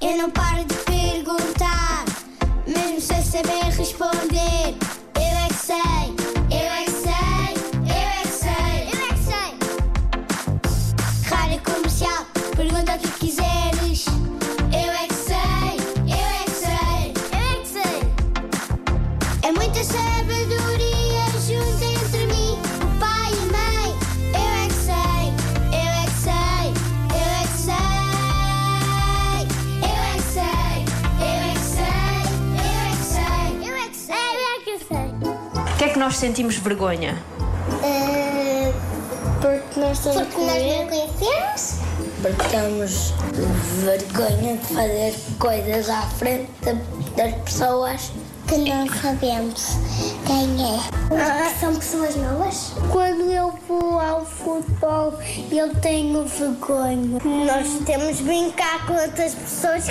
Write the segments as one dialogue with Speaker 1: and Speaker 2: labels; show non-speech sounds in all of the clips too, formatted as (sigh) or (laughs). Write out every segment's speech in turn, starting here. Speaker 1: Eu não paro de perguntar, mesmo sem saber responder. Eu é que sei, eu é que sei, eu é que sei, eu é que sei. Rádio comercial, pergunta o que quiseres. Eu é que sei, eu é que sei, eu é que sei. É muita sabedoria junto entre mim, o pai e a mãe. Eu é que sei, eu é que sei, eu é que sei. Eu é que sei, eu é que sei, eu é que sei. Eu é que sei, eu é que sei.
Speaker 2: Porquê é que nós sentimos vergonha?
Speaker 1: Porque nós Porque nós não conhecemos.
Speaker 3: Porque temos vergonha de fazer coisas à frente das pessoas.
Speaker 1: Que não sabemos quem
Speaker 3: Ah,
Speaker 1: é. São pessoas novas? Quando eu vou ao futebol, eu tenho vergonha. Nós temos brincar com outras pessoas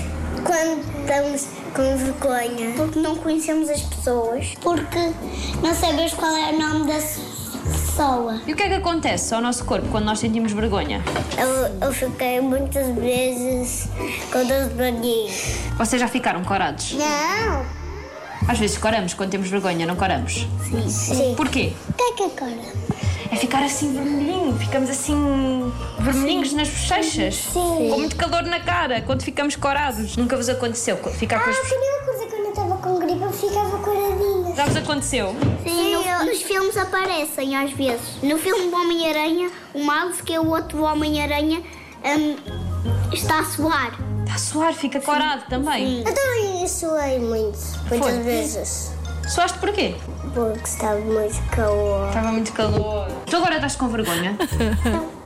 Speaker 1: quando estamos com vergonha. Porque não conhecemos as pessoas. Porque não sabemos qual é o nome da pessoa.
Speaker 2: E o que é que acontece ao nosso corpo quando nós sentimos vergonha?
Speaker 1: Eu, eu fiquei muitas vezes com dois banhos.
Speaker 2: Vocês já ficaram corados?
Speaker 1: Não!
Speaker 2: Às vezes coramos quando temos vergonha, não coramos?
Speaker 1: Sim. Sim.
Speaker 2: Porquê?
Speaker 1: O que é que agora?
Speaker 2: É ficar assim vermelhinho, ficamos assim vermelhinhos nas bochechas.
Speaker 1: Sim.
Speaker 2: Com muito calor na cara, quando ficamos corados. Ah! Nunca vos aconteceu co- ficar com as bochechas?
Speaker 1: uma coisa quando eu estava com gripe, eu ficava coradinha.
Speaker 2: Já vos aconteceu?
Speaker 1: Sim, nos filmes aparecem às vezes. No filme do Homem-Aranha, o Miles, que é o outro Homem-Aranha, hum, está a suar.
Speaker 2: Está a suar, fica corado também.
Speaker 1: Eu também suei Então, muito, muitas
Speaker 2: Foi?
Speaker 1: vezes.
Speaker 2: Suaste porquê?
Speaker 1: Porque estava muito calor.
Speaker 2: Estava muito calor. Tu agora estás com (laughs) vergonha?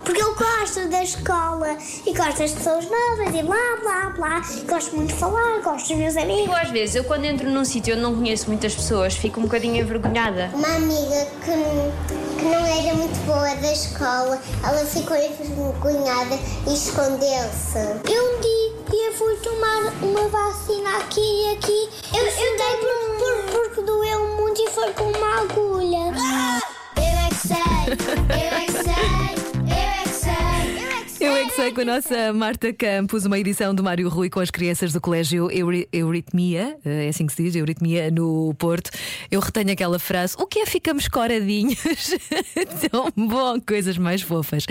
Speaker 1: Porque eu gosto da escola e gosto das pessoas novas e blá blá blá. Gosto muito de falar, gosto dos meus amigos.
Speaker 2: Eu às vezes, eu quando entro num sítio onde não conheço muitas pessoas, fico um bocadinho envergonhada.
Speaker 1: Uma amiga que, que não era muito boa da escola, ela ficou envergonhada e escondeu-se. Eu um dia fui tomar uma vacina aqui e aqui. Eu, eu dei por, por, porque doeu muito e foi com uma agulha. Eu é que sei, eu é que sei, eu é que sei, eu é que sei.
Speaker 4: Eu é que sei com a nossa Marta Campos, uma edição do Mário Rui com as crianças do Colégio Euri- Euritmia, eh, é assim que se diz, Euritmia no Porto. Eu (laughs) retenho aquela frase: o que é ficamos coradinhos? Tão bom, coisas mais fofas.